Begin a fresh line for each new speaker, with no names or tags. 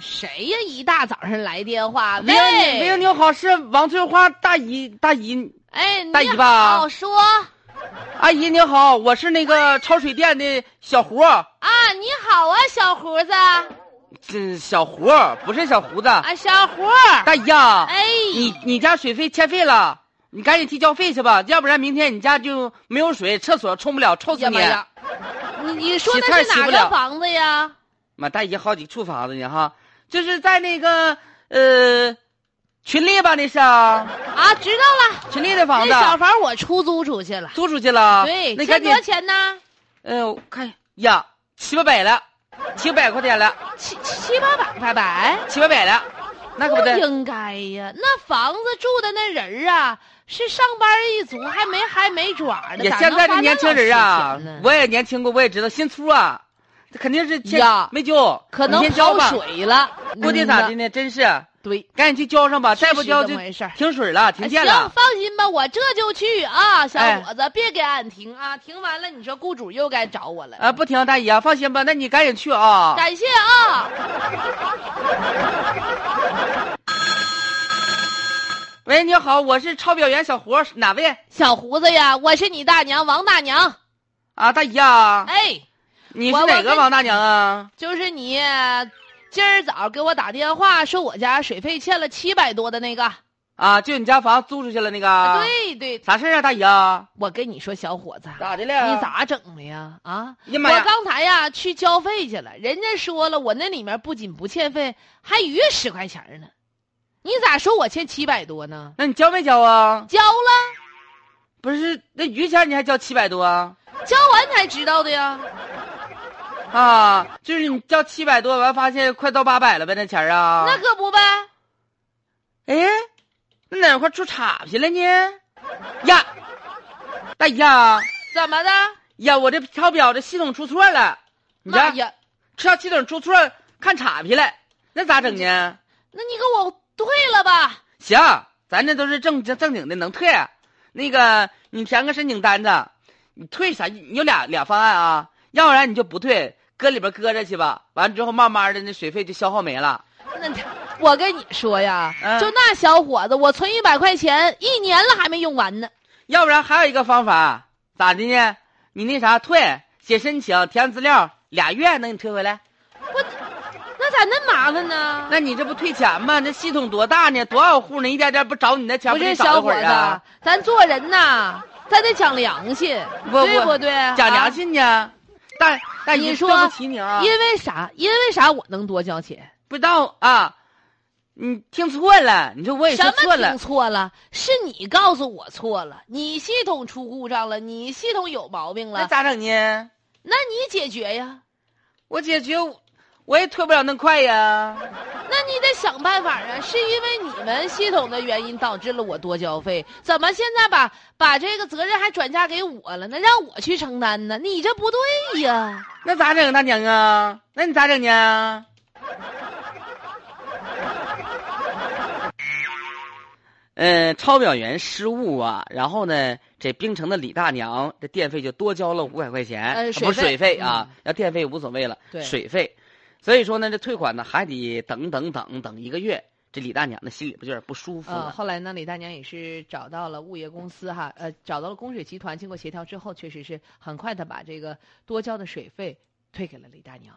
谁呀？一大早上来电话，
喂，喂，
喂，
你好，是王翠花大姨，大姨，
哎，你
大姨吧
好说啊，
阿姨你好，我是那个潮水店的小胡，
你好啊，小胡子啊，
这小胡不是小胡子，
哎小胡，
大姨呀、
哎，
你你家水费欠费了，你赶紧提交费去吧，要不然明天你家就没有水，厕所冲不了，臭死
呀
你
妈！呀，你你说
洗菜
的是
洗
哪
不
儿
了
的房子呀？
妈，大姨好几处房子呢哈，就是在那个呃群力吧，那是啊
啊，知道了，
群力的房
那哎小
子，
房我出租出去了。
租出去了。
对，
那
欠
赶
多
紧
少，钱呢？
呃，我看一下呀，七八百了，七八百块钱了，
七七七八百八百，
七八百了，那可不得。
应该呀。那房子住的那人儿啊，是上班一族，还没还没爪呢。
也
咋
现
能
在
花
这年
那
轻
老
人啊
些钱呢，
我也年轻过，我也知道新出啊，这肯定是欠
呀
没交，
可
你
能
先交
泡
吧，
水了，
不得
嗯
咋
呐
的呢，真是，
对，
赶紧去交上吧，再不
是
交
这
就
么回事儿
停水了，停
哎
电
行，
了。
放心吧，我这就去啊，小
哎
伙子，别给俺停啊，停完了你说雇主又该找我了。
啊，不停，大姨啊，放心吧，那你赶紧去啊。
感谢啊，
喂，你好，我是抄表员小胡，哪位？
小胡子呀，我是你大娘王大娘，
啊，大姨啊，
哎，
你
我
是
我
哪个
跟
王大娘啊？
就是你今儿早给我打电话说我家水费欠了七百多的那个，
啊，就你家房租出去了那个？
对对，
啥事儿啊，大姨啊？
我跟你说，小伙子，
咋的了？
你？咋整的呀？啊，
哎呀妈
我
呀！
刚才呀去交费去了，人家说了，我那里面不仅不欠费，还余十块钱儿呢。你咋说我欠七百多呢？
那你交没交啊？
交了，
不是，那余钱你还交七百多啊？
交完才知道的呀。
啊，就是你交七百多，完发现快到八百了呗，那钱儿啊？
那可不呗，
哎，那哪块出岔劈了呢？呀，大姨啊，
怎么的？
呀，我这抄表这系统出错了，你
妈
家
呀，
这系统出错看岔劈了，那咋整呢？
那你给我退了吧。
行，咱这都是正正正经的，能退。啊那个，你填个申请单子，你退啥？你有俩俩方案啊，要不然你就不退，搁里边搁着去吧。完了之后，慢慢的那水费就消耗没了。
那我跟你说呀，
嗯
就那小伙子，我存一百块钱，一年了还没用完呢。
要不然还有一个方法，咋的呢？你那啥退，写申请，填资料，俩月能给你退回来。
那咋那麻烦呢？
那你这不退钱吗？那系统多大呢？多少户呢？一点点不找你那钱，
不是
得找
小
一
伙
会儿啊
子？，咱做人呐，咱得讲良心，
不
对
不
不对？
讲
啊
良心呢？大大姨，
你
对
说
不起你啊，
因为啥？因为啥？我能多交钱？
不知道啊，你听错了，你说我也
什么
说错了
听，错了？是你告诉我错了，你系统出故障了，你系统有毛病
那
了，
咋整呢？
那你解决呀？
我解决，我也退不了那快呀。
那你得想办法啊！是因为你们系统的原因导致了我多交费，怎么现在把把这个责任还转嫁给我了呢？让我去承担呢？你这不对呀！
那咋整，大娘啊？那你咋整呢？嗯，抄表员失误啊，然后呢，这冰城的李大娘这电费就多交了五百块钱，
呃
啊
水
不是
费
水费啊，要电费无所谓了，
对
水费。所以说呢，这退款呢还得等等等等一个月，这李大娘呢心里边就有点不舒服
呃，
了。
后来呢，李大娘也是找到了物业公司哈，呃，找到了供水集团，经过协调之后，确实是很快的把这个多交的水费退给了李大娘。